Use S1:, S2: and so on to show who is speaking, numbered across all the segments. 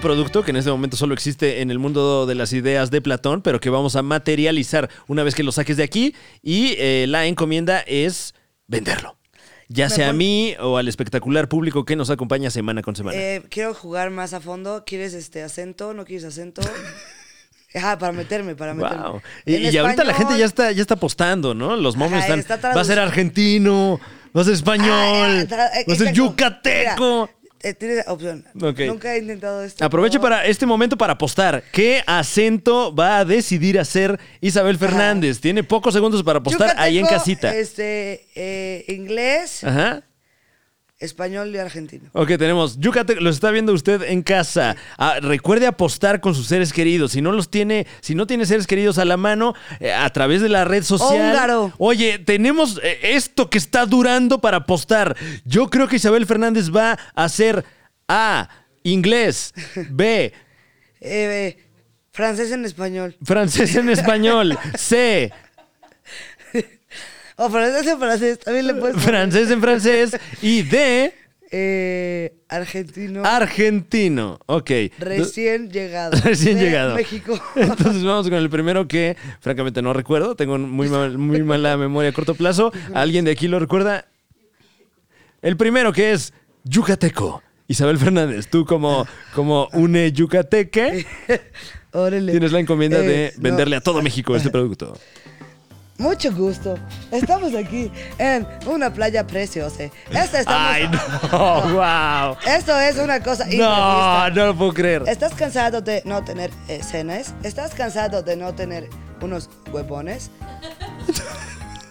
S1: producto que en este momento solo existe en el mundo de las ideas de Platón, pero que vamos a materializar una vez que lo saques de aquí y eh, la encomienda es venderlo. Ya
S2: Me
S1: sea a
S2: pon-
S1: mí o al espectacular público que nos acompaña semana con semana.
S2: Eh, quiero jugar más a fondo. ¿Quieres este acento? ¿No quieres acento? Ajá, para meterme, para meterme.
S1: Wow. Y,
S2: En
S1: y ahorita la gente
S2: español-
S1: ya está, ya está apostando, ¿no? Los momios
S2: Ajá,
S1: están.
S2: está
S1: va a ser
S2: traducido.
S1: argentino, va a ser
S2: Ah,
S1: español,
S2: tra- eh,
S1: va a ser
S2: exacto.
S1: yucateco.
S2: Mira, eh, tienes opción.
S1: Ok.
S2: Nunca he intentado esto.
S1: Aproveche para este momento para apostar. ¿Qué acento va a decidir hacer Isabel Fernández? Tiene pocos segundos para apostar
S2: Yucateco,
S1: ahí en casita. Ah.
S2: Este, eh, inglés,
S1: Ajá.
S2: español y argentino.
S1: Ok, tenemos Yucateco, lo está viendo usted en casa. Ah, recuerde apostar con sus seres queridos. Si no los tiene, si no tiene seres queridos a la mano, eh, a través de la red social.
S2: Húngaro.
S1: Oye, tenemos eh, esto que está durando para apostar. Yo creo que Isabel Fernández va a hacer A, inglés, B,
S2: Eh, eh, francés en español.
S1: francés en español, C,
S2: O Oh, francés en francés. También le puedes. poner.
S1: Pues, francés en francés y D,
S2: Eh, argentino.
S1: Ah, argentino. Ok.
S2: Recién llegado.
S1: Recién
S2: De
S1: llegado.
S2: México.
S1: Entonces vamos con el primero que, francamente, no recuerdo. Tengo muy, mal- muy mala memoria a corto plazo. ¿Alguien de aquí lo recuerda? El primero que es Yucateco. Isabel Fernández, tú como, como une yucateque,
S2: Órale.
S1: tienes la encomienda de
S2: Eh, no.
S1: venderle a todo México este producto.
S2: Mucho gusto. Estamos aquí en una playa preciosa. Esta estamos-
S1: ¡Ay, no! ¡Wow!
S2: Esto es una cosa
S1: No,
S2: imprevista.
S1: no lo puedo creer.
S2: ¿Estás cansado de no tener eh, cenas? ¿Estás cansado de no tener unos huevones?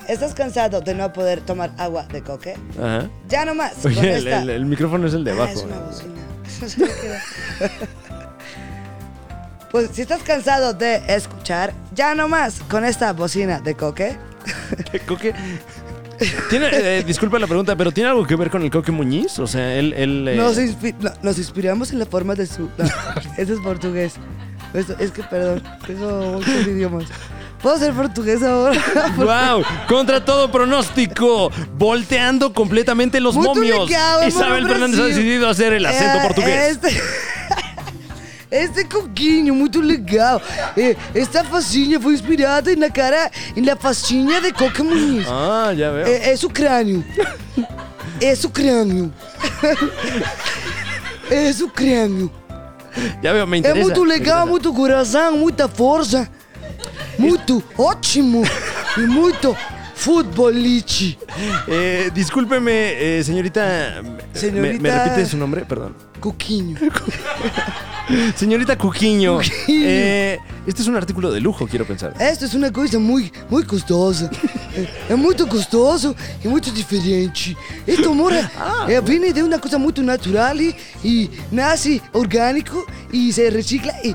S2: ¿Estás cansado de no poder tomar agua de coque?
S1: Ajá.
S2: Ya no más. con
S1: Oye, el,
S2: esta-
S1: el- el micrófono es el de
S2: Ah,
S1: abajo.
S2: es una bocina. pues si estás cansado de escuchar, ya no más con esta bocina de coque.
S1: Coque. Tiene, eh, disculpa la pregunta, pero ¿tiene algo que ver con el Coque Muñiz? O sea, él. él eh,
S2: Nos, inspi- no, nos inspiramos en la forma de su. no, eso es portugués. Esto- es que, perdón, tengo muchos idiomas. ¿Puedo ser portugués ahora?
S1: ¡Wow! Contra todo pronóstico, volteando completamente los
S2: Muito
S1: momios.
S2: legal, é
S1: Isabel
S2: muito
S1: Fernández ha
S2: Brasil.
S1: decidido hacer el acento
S2: É,
S1: portugués.
S2: Este, este coquinho, muito legal. É, Esta facinha foi inspirada na cara, na facinha de Coca Muniz.
S1: Ah, ya veo.
S2: É, é sucrânio. É sucrânio. É sucrânio.
S1: ya veo, me
S2: É
S1: interesa.
S2: muito
S1: me interesa.
S2: legal, muito coração, muita força. Muito ótimo. E muito futebolite.
S1: Eh, discúlpeme, eh, señorita. me-
S2: Señorita-
S1: ¿Me, me repite su nombre? Perdón.
S2: Coquinho.
S1: Señorita Cuquiño.
S2: Cuquiño.
S1: eh, este es un artículo de lujo, quiero pensar.
S2: Esta é uma coisa muito, muito gostosa. É, é muito gostoso e muito diferente. Este humor é, é, vem de uma coisa muito natural e, e nasce orgânico e se recicla e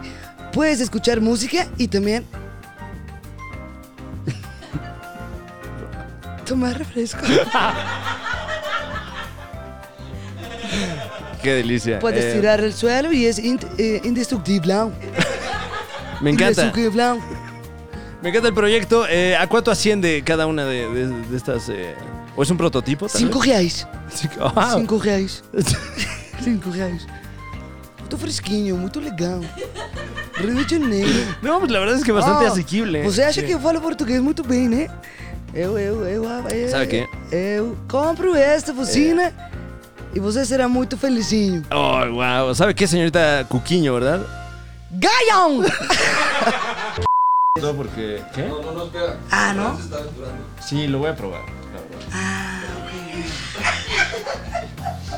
S2: puedes escuchar música e também tomar refresco.
S1: Qué delicia.
S2: Puedes
S1: Eh,
S2: tirar el suelo y es ind- eh, indestructible.
S1: Me encanta.
S2: Indestructible.
S1: Me encanta el proyecto. Eh, ¿A cuánto asciende cada una de, de- de estas? eh, ¿O es un prototipo? tal
S2: Cinco reais.
S1: vez? Cinco. Ah.
S2: Cinco reais. Cinco reais. Muito fresquinho, muito legal. Rio de Janeiro.
S1: No, pues la verdad es que bastante
S2: Ah,
S1: asequible.
S2: Você acha
S1: Sí.
S2: que eu falo português muito bem, né? ¿eh? Eu, eu, eu, ah, eu.
S1: Sabe o quê?
S2: Eu compro esta buzina
S1: Eh.
S2: e você será muito felizinho.
S1: Oh, wow. ¿Sabe qué, señorita Cuquiño, verdad?
S2: Gaião!
S1: No, porque. ¿Qué?
S2: Ah, não?
S1: Sí, lo voy a probar.
S2: Ah,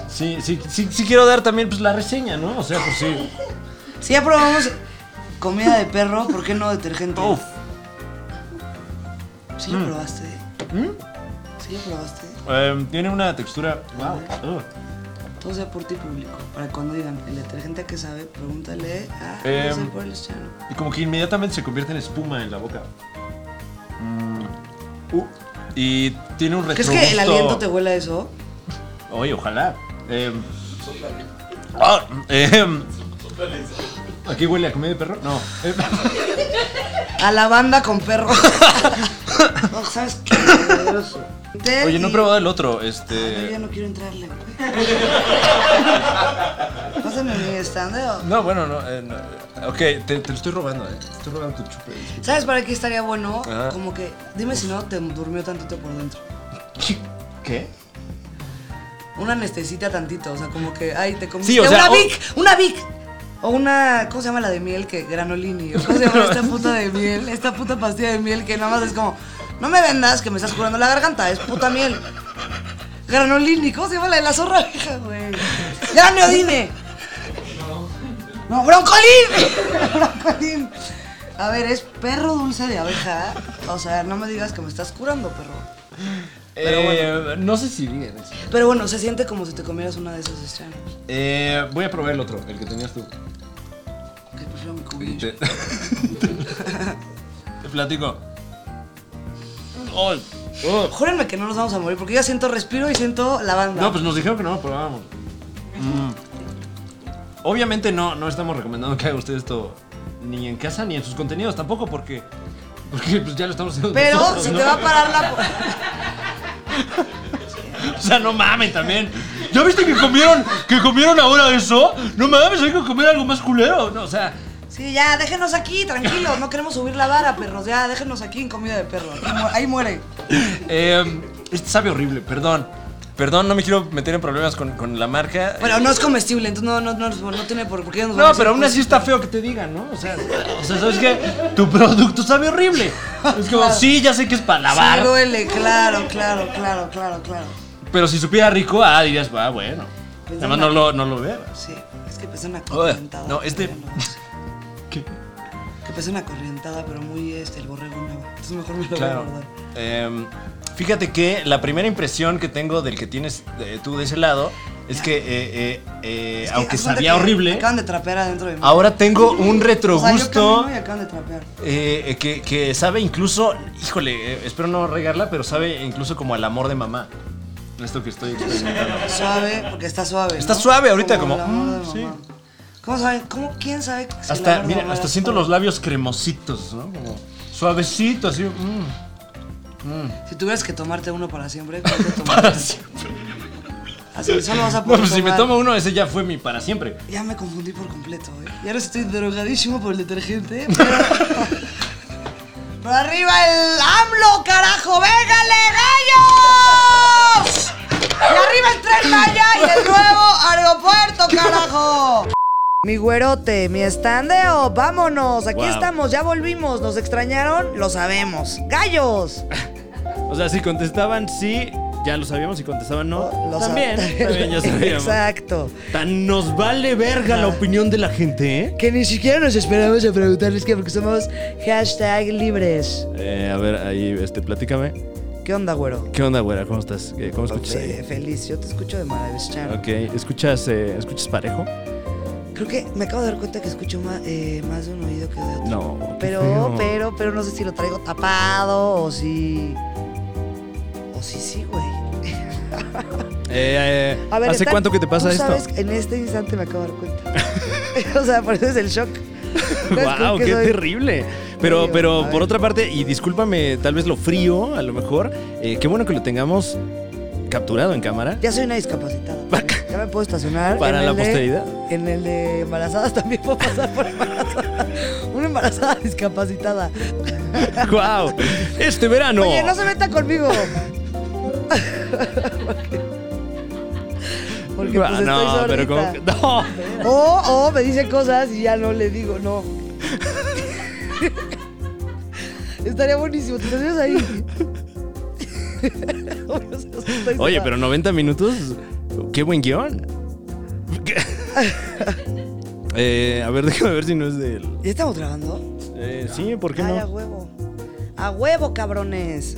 S1: Sí, sí, sí, sí quiero dar también pues, la reseña, ¿no? O sea, pues sí.
S2: Se já provamos comida de perro, por que não detergente?
S1: Uf. Mm.
S2: Sí lo probaste. Sí lo probaste.
S1: Em, tiene una textura. Wow. Ugh.
S2: Todo sea por ti público. Para cuando digan, el detergente que sabe, pregúntale a
S1: Em.
S2: José por el Chano.
S1: Y como que inmediatamente se convierte en espuma en la boca. Mm. Uh. Y tiene un
S2: ¿Crees
S1: retrogusto.
S2: que el aliento te huele a eso?
S1: Oye, ojalá. Eh,
S3: Em,
S1: ah, eh, ¿A qué huele? ¿A comida de perro? No.
S3: Em,
S1: eh,
S2: A la banda con perro. no, ¿sabes qué? Ter
S3: Oye, no he
S2: y-
S3: probado el otro,
S2: Yo ya
S3: este...
S2: no quiero entrarle. Pásame mi stand
S3: No, bueno, no, eh, no. Ok, te, te lo estoy robando, eh. Te estoy robando tu chupe. disculpa.
S2: ¿Sabes para qué estaría bueno?
S3: Ajá.
S2: Como que, dime si no te durmió tantito por dentro.
S3: ¿Qué?
S2: Una anestesita tantito, o sea, como que, ay, te comiste
S3: Sí, o sea,
S2: una
S3: o-
S2: Vic, una Vic. O una, ¿cómo se llama la de miel que granolini? ¿O ¿Cómo se llama esta puta de miel? Esta puta pastilla de miel que nada más es como, no me vendas que me estás curando la garganta, es puta miel. Granolini, ¿cómo se llama la de la zorra vieja, güey? Graneodine. No, broncolín. broncolín. A ver, es perro dulce de abeja. O sea, no me digas que me estás curando, perro.
S3: eh, No sé si digan eso.
S2: Pero bueno, se siente como si te comieras una de esas estrellas.
S3: Eh, voy a probar el otro, el que tenías tú.
S2: Que prefiero mi cubillo.
S3: Te, te platico. Oh, oh.
S2: Júrenme que no nos vamos a morir, porque yo ya siento respiro y siento la banda.
S3: No, pues nos dijeron que no lo probábamos. Mm. Obviamente no, no estamos recomendando que haga usted esto ni en casa ni en sus contenidos tampoco, porque, porque pues ya lo estamos haciendo.
S2: Pero
S3: nosotros,
S2: se
S3: ¿no?
S2: te va a parar la...
S3: O sea, no mames también. ¿Ya viste que comieron, que comieron ahora eso? No mames, hay que comer algo más culero. No, o sea,
S2: Sí, ya, déjenos aquí, tranquilos. No queremos subir la vara, perros. Ya, déjenos aquí en comida de perro. Aquí mu- Ahí muere.
S3: eh, este sabe horrible, perdón. Perdón, no me quiero meter en problemas con, con la marca.
S2: Pero no es comestible, entonces no, no, no, no tiene por qué nos
S3: No,
S2: vamos a
S3: pero
S2: ir
S3: aún así
S2: con-
S3: está feo que te digan, ¿no? O sea, o sea, ¿sabes qué? Tu producto sabe horrible. Es como, sí, ya sé que es para lavar.
S2: Sí duele, claro, claro, claro, claro, claro.
S3: Pero si supiera rico, ah, dirías, ah, bueno.
S2: Pues
S3: Nada más
S2: no.
S3: no lo, no lo veas.
S2: Sí, es que pensé una
S3: Oye,
S2: corrientada.
S3: no, este- ¿Qué?
S2: Que pensé una corrientada, pero muy este, el borrego no. Entonces mejor me lo
S3: Claro.
S2: voy a guardar.
S3: Em, fíjate que la primera impresión que tengo del que tienes eh, tú de ese lado es que, eh, eh, eh,
S2: Es que
S3: aunque
S2: haz cuenta
S3: sabía
S2: que
S3: horrible,
S2: Acaban de trapear adentro de mí.
S3: ahora tengo un
S2: O sea, yo
S3: retrogusto.
S2: camino y acaban de trapear.
S3: Eh, eh, que, que sabe incluso, híjole, eh, espero no regarla, pero sabe incluso como al amor de mamá. Esto que estoy experimentando.
S2: Suave, porque está suave.
S3: Está
S2: ¿no?
S3: suave ahorita,
S2: el
S3: como,
S2: amor
S3: mm,
S2: de mamá.
S3: sí.
S2: ¿Cómo sabe? ¿Cómo quién sabe? si el
S3: Hasta,
S2: amor de
S3: mira,
S2: mamá
S3: hasta
S2: era
S3: siento
S2: suave?
S3: los labios cremositos, ¿no? Como suavecito, así. mm.
S2: Si tuvieras que tomarte uno para siempre, ¿cuál te tomarías? Así solo vas a
S3: No,
S2: poder
S3: pues si me
S2: tomar.
S3: tomo uno, ese ya fue mi para siempre.
S2: Ya me confundí por completo, güey. Y ahora estoy drogadísimo por el detergente. ¿eh? Pero, pero arriba el AMLO, carajo. ¡Véngale, gallos! Y arriba el tren Maya y el nuevo aeropuerto, carajo. Mi güerote, mi estandeo, vámonos. Aquí
S1: Guau.
S2: estamos, ya volvimos. ¿Nos extrañaron? Lo sabemos. ¡Gallos!
S1: O sea, si contestaban sí, ya lo sabíamos. Si contestaban no, pues
S2: Lo sab-
S1: también, también ya sabíamos.
S2: Exacto.
S1: Tan nos vale verga la opinión de la gente, ¿eh?
S2: Que ni siquiera nos esperamos a preguntarles que porque somos hashtag libres.
S1: Eh, a ver, ahí, este, platícame.
S2: ¿Qué onda, güero?
S1: ¿Qué onda, güera? ¿Cómo estás? Eh, ¿Cómo escuchas
S2: Fe-
S1: ahí?
S2: feliz, yo te escucho de maravilla.
S1: Ok, ¿escuchas, eh, ¿escuchas parejo?
S2: Creo que me acabo de dar cuenta que escucho ma- eh, más de un oído que de otro.
S1: No, qué
S2: Pero,
S1: feo.
S2: pero, pero no sé si lo traigo tapado o si. O si sí, güey.
S1: Eh, eh,
S2: A ver,
S1: ¿Hace
S2: está-
S1: cuánto que te pasa
S2: tú
S1: esto?
S2: Sabes, que en este instante me acabo de dar cuenta. o sea, por eso es el shock. ¿Sabes
S1: ¡Wow!
S2: con qué
S1: ¡Qué
S2: soy?
S1: terrible! Pero,
S2: Frío,
S1: pero
S2: a
S1: por
S2: ver.
S1: otra parte, y discúlpame tal vez lo frío, a lo mejor, eh, qué bueno que lo tengamos capturado en cámara
S2: Ya soy una discapacitada. también. Ya me puedo estacionar.
S1: para
S2: en
S1: la
S2: el de-
S1: posteridad.
S2: En el de embarazadas también puedo pasar por embarazada. Una embarazada discapacitada.
S1: ¡Wow! Este verano.
S2: Oye, no se meta conmigo. Porque pues
S1: Ah,
S2: estoy
S1: no,
S2: sordita.
S1: pero como que- no.
S2: O, o me dice cosas y ya no le digo no. Estaría buenísimo. ¿Te estacionas ahí? Estoy
S1: Oye,
S2: sola.
S1: pero 90 minutos, qué buen guión. ¿Qué? Eh, a ver, déjame ver si no es del.
S2: ¿Ya estamos grabando?
S1: Eh, sí, ¿por qué
S2: Ay, a
S1: no?
S2: huevo. A huevo, cabrones.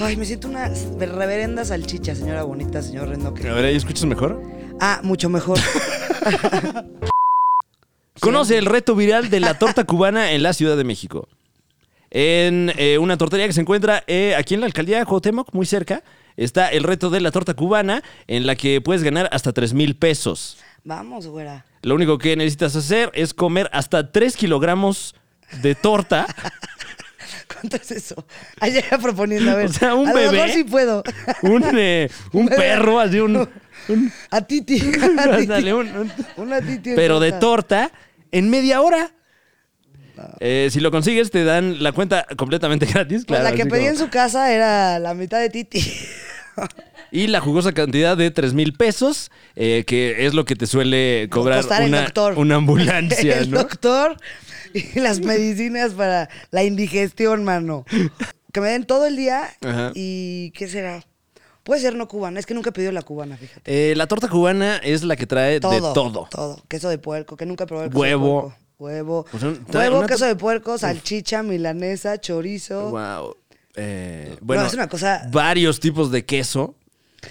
S2: Ay, me siento una reverenda salchicha, señora bonita, señor Rendoque.
S1: A ver, ahí escuchas mejor.
S2: Ah, mucho mejor.
S1: Conoce el reto viral de la torta cubana en la Ciudad de México. En eh, una tortería que se encuentra eh, aquí en la alcaldía de Cuauhtémoc, muy cerca, está el reto de la torta cubana, en la que puedes ganar hasta 3 mil pesos.
S2: Vamos, güera.
S1: Lo único que necesitas hacer es comer hasta 3 kilogramos de torta
S2: levantas eso? Allá proponiendo, a ver.
S1: O sea, un
S2: a lo
S1: bebé.
S2: mejor sí puedo.
S1: Un, eh, un perro, así un. un-
S2: A Titi. A titi.
S1: ándale, un- un-
S2: Una Titi. en
S1: pero de
S2: torta.
S1: torta en media hora. Eh, si lo consigues, te dan la cuenta completamente gratis.
S2: Pues
S1: Claro,
S2: la que
S1: así
S2: pedí
S1: como-
S2: en su casa era la mitad de Titi.
S1: Y la jugosa cantidad de 3 mil pesos, eh, que es lo que te suele cobrar
S2: Costar el
S1: una,
S2: doctor.
S1: una ambulancia,
S2: el
S1: ¿no?
S2: doctor y las medicinas para la indigestión, mano. Que me den todo el día
S1: Ajá.
S2: y ¿qué será? Puede ser no cubana. Es que nunca he pedido la cubana, fíjate.
S1: Eh, la torta cubana es la que trae
S2: Todo.
S1: de todo.
S2: Todo. Queso de puerco, que nunca he probado el queso
S1: Huevo.
S2: de puerco. Huevo.
S1: Pues un- trae
S2: Huevo,
S1: una
S2: queso
S1: to-
S2: de puerco, salchicha, milanesa, chorizo.
S1: Wow. Eh, bueno,
S2: es una cosa-
S1: Varios tipos de queso,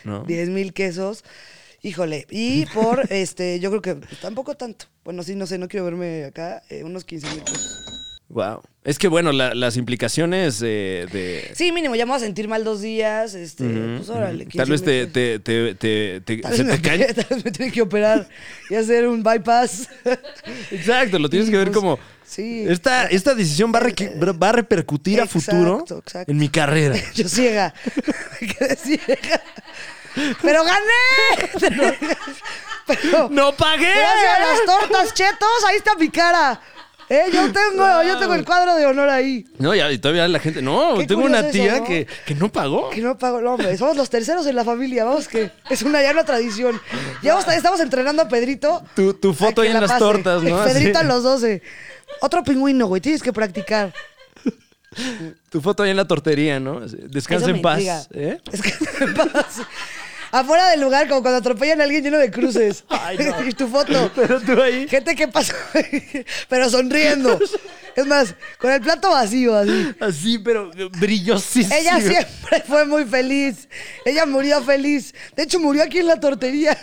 S1: ¿no?
S2: 10 mil quesos. Híjole, y por este, yo creo que tampoco tanto. Bueno, sí, no sé, no quiero verme acá, eh, unos 15 mil pesos.
S1: Wow. Es que bueno, la- las implicaciones eh, de.
S2: Sí, mínimo, ya me voy a sentir mal dos días. Este, pues órale, 15
S1: Tal vez te,
S2: mil pesos.
S1: te, te, te- te-
S2: Tal
S1: se te
S2: vez me-
S1: cae.
S2: tal vez me tiene que operar y hacer un bypass.
S1: Exacto, lo tienes
S2: Y
S1: que ver
S2: pues,
S1: como.
S2: sí.
S1: Esta, esta decisión va a, requ- va a repercutir a futuro
S2: Exacto, exacto.
S1: en mi carrera.
S2: Yo ciega. Me quedé ciega. ¡Pero gané! Pero,
S1: ¡No pagué!
S2: Gracias a las tortas chetos, ahí está mi cara. Eh, yo tengo, yo tengo el cuadro de honor ahí.
S1: No, ya, y todavía la gente. No,
S2: Qué
S1: tengo una
S2: curioso
S1: tía
S2: eso, ¿no?
S1: Que, que no pagó.
S2: Que no pago, no, hombre. Somos los terceros en la familia, vamos que es una ya una tradición. Ya vamos- estamos entrenando a Pedrito.
S1: Tu- tu
S2: a
S1: foto ahí
S2: que
S1: en
S2: la
S1: las
S2: pase.
S1: tortas, ¿no?
S2: Pedrito
S1: Así.
S2: a los 12. Otro pingüino, güey, tienes que practicar.
S1: Tu foto ahí en la tortería, ¿no? Descansa
S2: Eso
S1: en
S2: me
S1: paz.
S2: intriga.
S1: ¿eh?
S2: Descansa en paz. Afuera del lugar, como cuando atropellan a alguien lleno de cruces.
S1: Ay, no.
S2: y tu foto.
S1: Pero tú ahí.
S2: Gente que pasó, pero sonriendo. Es más, con el plato vacío, así.
S1: Así, pero brillosísimo.
S2: Ella siempre fue muy feliz. Ella murió feliz. De hecho, murió aquí en la tortería.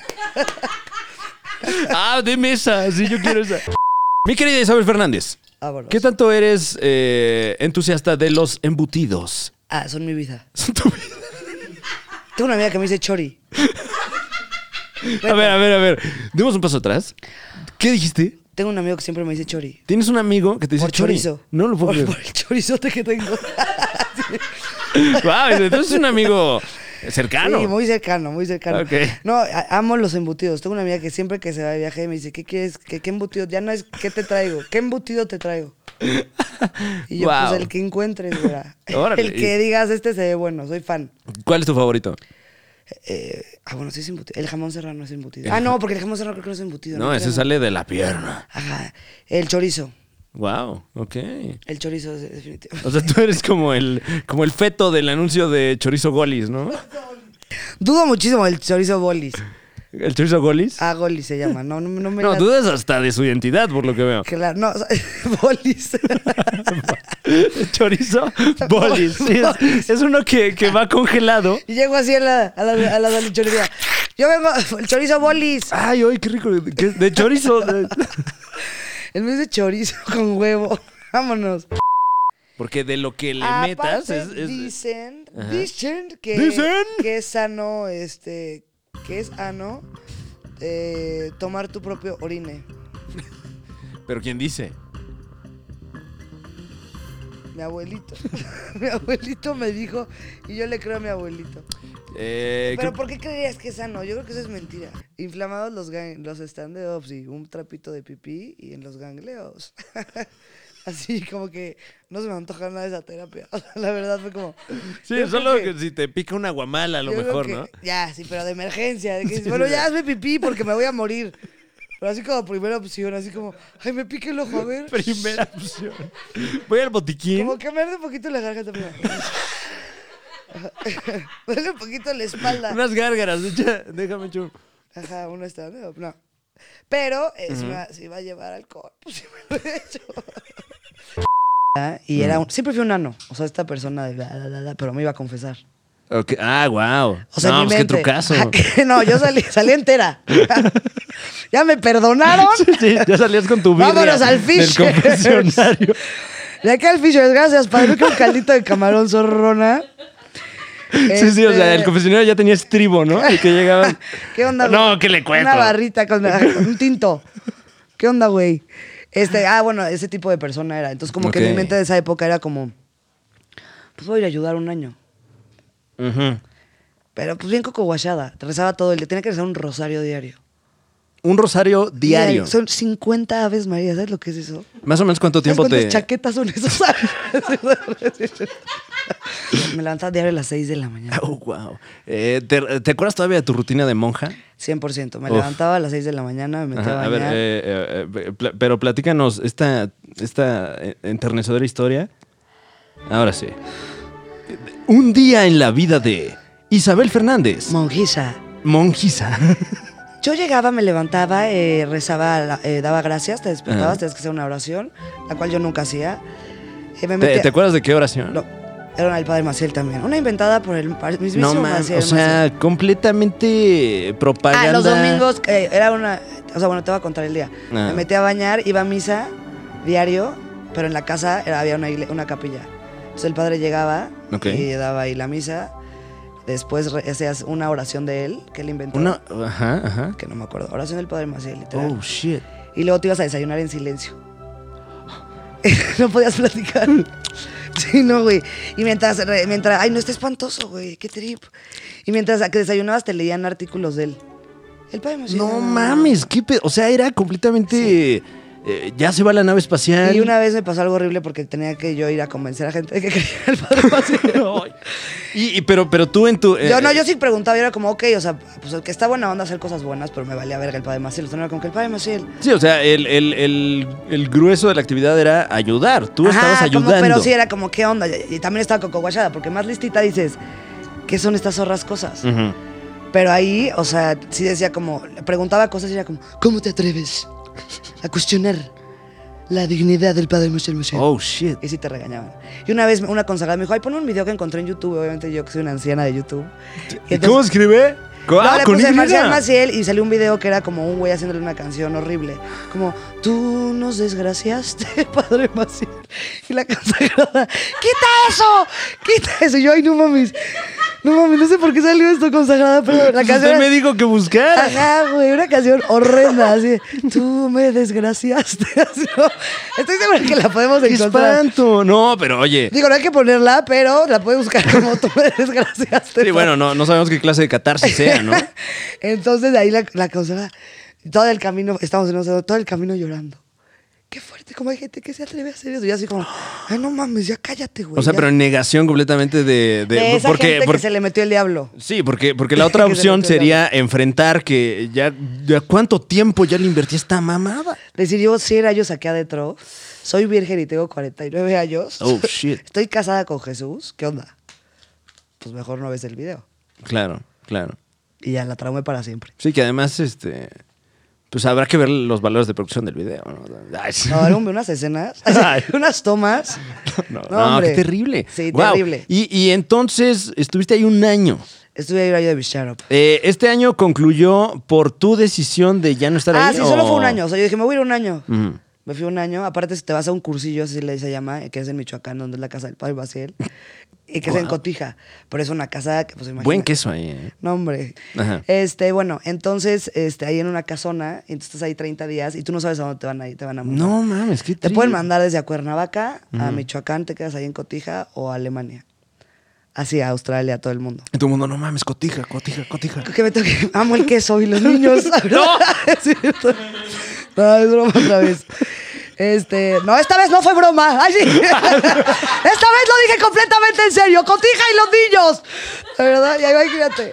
S1: Ah, deme esa. Sí, yo quiero esa. Mi querida Isabel Fernández,
S2: Vámonos.
S1: ¿qué tanto eres eh, entusiasta de los embutidos?
S2: Ah, son mi vida.
S1: Son tu vida.
S2: Tengo una amiga que me dice Chori.
S1: A ver, a ver, a ver. Demos un paso atrás. ¿Qué dijiste?
S2: Tengo un amigo que siempre me dice Chori.
S1: Tienes un amigo que te dice
S2: Por chorizo.
S1: "Chori". No lo puedo
S2: por,
S1: creer.
S2: por el chorizote que tengo.
S1: Wow, Ah, entonces es un amigo cercano.
S2: Sí, muy cercano, muy cercano.
S1: Ah, Ok.
S2: No, a- amo los embutidos. Tengo una amiga que siempre que se va de viaje me dice, ¿qué quieres? ¿Qué, qué embutido? Ya no es, ¿qué te traigo? ¿Qué embutido te traigo? Y yo,
S1: Guau.
S2: pues el que encuentres, güera.
S1: Órale.
S2: El que digas, este se ve bueno, soy fan.
S1: ¿Cuál es tu favorito?
S2: Eh, ah, bueno, sí es embutido. El jamón serrano es embutido. Ah, no, porque el jamón serrano creo que no es embutido.
S1: No, ese
S2: Creo.
S1: sale de la pierna.
S2: Ajá. El chorizo.
S1: Wow, ok.
S2: El chorizo, es definitivo.
S1: O sea, tú eres como el, como el feto del anuncio de Chorizo Golis, ¿no?
S2: Dudo muchísimo del chorizo bolis.
S1: ¿El Chorizo Golis?
S2: Ah, golis se llama. No, no, no me
S1: No,
S2: la-
S1: dudas hasta de su identidad, por lo que veo.
S2: Claro, no, bolis.
S1: Chorizo Golis. Sí, es, es uno que, que va congelado.
S2: y llego así a la, a la, a la dolichonería. Yo vengo, el chorizo bolis.
S1: Ay, ay, qué rico. ¿Qué- de chorizo. de-
S2: En vez de chorizo con huevo. Vámonos.
S1: Porque de lo que le
S2: Aparte,
S1: metas es. es-
S2: Dicen, dicen que,
S1: Dicen.
S2: que es sano, este, que es sano eh, tomar tu propio orine.
S1: Pero ¿quién dice?
S2: Mi abuelito. mi abuelito me dijo y yo le creo a mi abuelito.
S1: Eh,
S2: Pero
S1: que-
S2: ¿por qué creerías que es sano? Yo creo que eso es mentira. Inflamados los, gan- los stand-ups y un trapito de pipí y en los gangleos. Así como que no se me antoja nada esa terapia. O sea, la verdad fue como...
S1: Sí,
S2: yo
S1: solo
S2: creo
S1: que si te pica una guamala, a lo
S2: yo creo
S1: mejor,
S2: que-
S1: ¿no?
S2: Ya, sí, pero de emergencia. de que dices, bueno, ya hazme pipí porque me voy a morir. Pero así como primera opción, así como, ay, me pica el ojo, a ver.
S1: Primera opción. Voy al botiquín.
S2: Como que me arde un poquito la garganta. Pero... Me duele un poquito la espalda.
S1: Unas gárgaras. echa- déjame echar un-
S2: Ajá, uno está. No. no. Pero eh, si, me, si va a llevar alcohol, pues sí me lo he hecho. Ah, Y era un- siempre fui un nano. O sea, esta persona de bla, bla, bla, bla, pero me iba a confesar.
S1: Ok, Ah, wow.
S2: O sea, en
S1: no,
S2: mi
S1: pues qué
S2: mente. Ah,
S1: trucazo.
S2: Ajá, que- no, yo salí, salí entera. ya me perdonaron.
S1: Sí, ya salías con tu birria
S2: Vámonos al
S1: del
S2: Fishers.
S1: confesionario.
S2: De acá al Fishers, gracias, padre. Que un caldito de camarón zorrona.
S1: Sí, sí, o sea,
S2: Este,
S1: el confesionario ya tenía estribo, ¿no? Y que llegaban.
S2: ¿Qué onda, güey?
S1: No, que le cuento.
S2: Una barrita con un tinto. ¿Qué onda, güey? Este, ah, bueno, ese tipo de persona era. Entonces, como que
S1: Ok.
S2: mi mente de esa época era como. pues voy a ir a ayudar un año.
S1: Ujú.
S2: Pero pues bien coco guayada. Rezaba todo el día. Tenía que rezar un rosario diario.
S1: Un rosario diario.
S2: Son 50 aves María. ¿Sabes lo que es eso?
S1: Más o menos cuánto
S2: ¿Sabes
S1: tiempo
S2: cuántas
S1: te...
S2: chaquetas son esos Me levantaba diario a las 6 de la mañana.
S1: Oh, wow. Eh, ¿te, te acuerdas todavía de tu rutina de monja?
S2: 100%. Me
S1: Uf.
S2: levantaba a las 6 de la mañana, me metía
S1: Ajá,
S2: a
S1: a ver,
S2: bañar.
S1: eh, eh, eh, pla- pero platícanos esta, esta eh, enternecedora historia. Ahora sí. Un día en la vida de Isabel Fernández,
S2: Monjisa.
S1: monjisa.
S2: Yo llegaba, me levantaba, eh, rezaba, la- eh, daba gracias, te despertabas,
S1: Ajá.
S2: tenías que hacer una oración, la cual yo nunca hacía. Eh, me
S1: ¿Te,
S2: metía-
S1: te acuerdas de qué oración?
S2: No, era una del padre Maciel también. Una inventada por el par- mismísimo
S1: No, man,
S2: Maciel.
S1: o sea, completamente propaganda.
S2: Ah, los domingos eh, era una. O sea, bueno, te voy a contar el día.
S1: Ah.
S2: Me metí a bañar, iba a misa diario, pero en la casa era- había una, igle- una capilla. Entonces el padre llegaba
S1: Ok.
S2: y daba ahí la misa. Después re- hacías una oración de él, que él inventó.
S1: Una, ajá, ajá.
S2: Que no me acuerdo. Oración del padre Maciel, literal.
S1: Oh, shit.
S2: Y luego te ibas a desayunar en silencio. no podías platicar. Sí, no, güey. Y mientras, re- mientras, ay, no está espantoso, güey, qué trip. Y mientras a que desayunabas te leían artículos de él. El padre Maciel.
S1: No mames, qué pe- O sea, era completamente. eh, ya se va la nave espacial.
S2: Y una vez me pasó algo horrible porque tenía que yo ir a convencer a gente de que quería el padre Maciel.
S1: Y, y- pero, pero tú en tu. eh,
S2: yo no, yo sí preguntaba, yo era como, ok, o sea, pues el que está buena onda hacer cosas buenas, pero me valía verga el padre Maciel. O sea, no era como que el padre Maciel.
S1: Sí, o sea, el, el- el- el grueso de la actividad era ayudar. Tú estabas
S2: Ajá, como-
S1: ayudando.
S2: pero sí era como, ¿qué onda? Y, y también estaba coco guachada, porque más listita dices, ¿qué son estas zorras cosas?
S1: Ujú.
S2: Pero ahí, o sea, sí decía como, le preguntaba cosas y era como, ¿cómo te atreves a cuestionar la dignidad del padre Michel Michel?
S1: Oh, shit.
S2: Y sí te regañaban. Y una vez una consagrada me dijo, ay, pon un video que encontré en YouTube, obviamente yo que soy una anciana de YouTube. Y
S1: ¿Y ¿Cómo escribe? Co-
S2: no,
S1: ah,
S2: le
S1: con
S2: puse
S1: Y.
S2: Marcial Maciel y salió un video que era como un güey haciéndole una canción horrible. Como, tú nos desgraciaste, padre Maciel. Y la consagrada, ¡quita eso! ¡Quita eso! Y yo, ay, no mames. No mames, no sé por qué salió esto consagrada, pero la
S1: Pues
S2: canción.
S1: usted
S2: era-
S1: me dijo que buscara.
S2: Ajá, güey, una canción horrenda, así. Tú me desgraciaste. así, ¿no? Estoy segura que la podemos
S1: ¡Qué
S2: encontrar.
S1: espanto! No, pero oye.
S2: Digo, no hay que ponerla, pero la puedes buscar como tú me desgraciaste.
S1: Sí, bueno, no, no sabemos qué clase de catarsis sea, ¿no?
S2: Entonces de ahí la, la consagrada, todo el camino, estamos en un cerro, todo el camino llorando. Qué fuerte, como hay gente que se atreve a hacer eso. Y así como, ay, no mames, ya cállate, güey.
S1: O sea,
S2: ya".
S1: pero en negación completamente de. de-
S2: De esa
S1: porque,
S2: gente
S1: porque-
S2: que se le metió el diablo.
S1: Sí, porque, porque la otra
S2: Que se le
S1: opción
S2: metió el
S1: sería enfrentar que ya, ya cuánto tiempo ya le invertí a esta mamada.
S2: Decir, yo 100 "Oh, años aquí adentro, soy virgen y tengo 49 años.
S1: Oh, shit.
S2: Estoy casada con Jesús, ¿qué onda? Pues mejor no ves el video.
S1: Claro, claro.
S2: Y ya la traumé para siempre.
S1: Sí, que además, este. Pues habrá que ver los valores de producción del video, ¿no? Ay, sí.
S2: No, eran unas escenas,
S1: Ay.
S2: unas tomas.
S1: No, no,
S2: hombre.
S1: qué terrible.
S2: Sí,
S1: Guau.
S2: terrible.
S1: Y, y entonces estuviste ahí un año.
S2: Estuve ahí un año de Bisharop.
S1: Eh, este año concluyó por tu decisión de ya no estar
S2: Ah,
S1: ahí. Oh,
S2: sí, solo
S1: ¿o?
S2: fue un año. O sea, yo dije, me voy a ir un año.
S1: Ujú.
S2: Me fui un año. Aparte, si te vas a un cursillo, así le se llama, que es en Michoacán, donde es la casa del padre Basiel, y que es en Cotija. Pero es una casa que, pues, imagínate.
S1: Buen queso ahí, ¿eh?
S2: No, hombre.
S1: Ajá.
S2: Este, bueno, entonces, este, ahí en una casona, y tú estás ahí 30 días y tú no sabes a dónde te van a ir, te van a mandar.
S1: No mames, qué
S2: Te
S1: tri-
S2: pueden mandar desde a Cuernavaca, a Michoacán, te quedas ahí en Cotija o a Alemania. Así, a Australia, a todo el mundo.
S1: Y todo el mundo, no mames, cotija, cotija, cotija.
S2: Que me toque. Amo el queso y los niños. ¡No! es cierto. No, es broma otra vez. Este, no, esta vez no fue broma. Ay, sí. Esta vez lo dije completamente en serio. Cotija y los niños. La verdad, ya imagínate.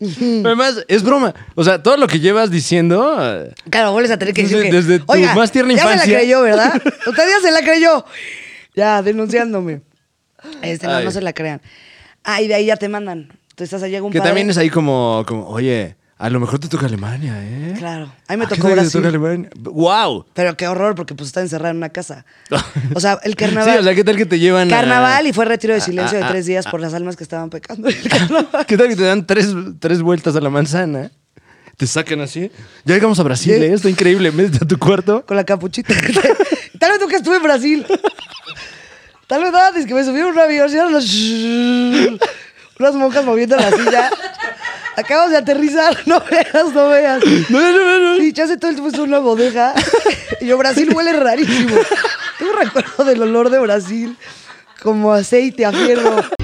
S2: Mm.
S1: Además, es broma. O sea, todo lo que llevas diciendo. eh,
S2: Claro, vuelves a tener que decir
S1: Desde-
S2: que,
S1: desde tu
S2: "Oiga,
S1: más tierna
S2: Ya se
S1: infancia".
S2: la creyó, ¿verdad? Usted ya se la creyó. Ya, denunciándome. Este, no,
S1: Ay.
S2: no se la crean. Ah, y de ahí ya te mandan. Tú estás allá un
S1: Que
S2: padre-
S1: también es ahí como, como, oye, a lo mejor te toca Alemania, ¿eh?
S2: Claro. A mí me
S1: ¿A qué
S2: tocó
S1: te
S2: Brasil.
S1: toca Alemania? ¡Wow!
S2: Pero qué horror, porque pues está encerrada en una casa. O sea, el carnaval.
S1: Sí, o sea, ¿qué tal que te llevan a- Ah,
S2: Carnaval y fue retiro de silencio
S1: a-
S2: de
S1: a-
S2: tres días por las almas que estaban pecando en el carnaval.
S1: ¿Qué tal que te dan tres, tres vueltas a la manzana? Te sacan así. Ya llegamos a Brasil,
S2: Sí.
S1: ¿eh? Está increíble. Métete a tu cuarto.
S2: Con la capuchita. Tal vez nunca estuve en Brasil. Tal vez nada, es que me subieron a un avión, y eran los- unas monjas moviendo la silla. Acabas de aterrizar, no veas, no veas.
S1: No, no, no, no.
S2: Y ya hace todo el tiempo estuve en una bodega. Y yo, Brasil huele rarísimo. Tengo un recuerdo del olor de Brasil. como aceite a fierro.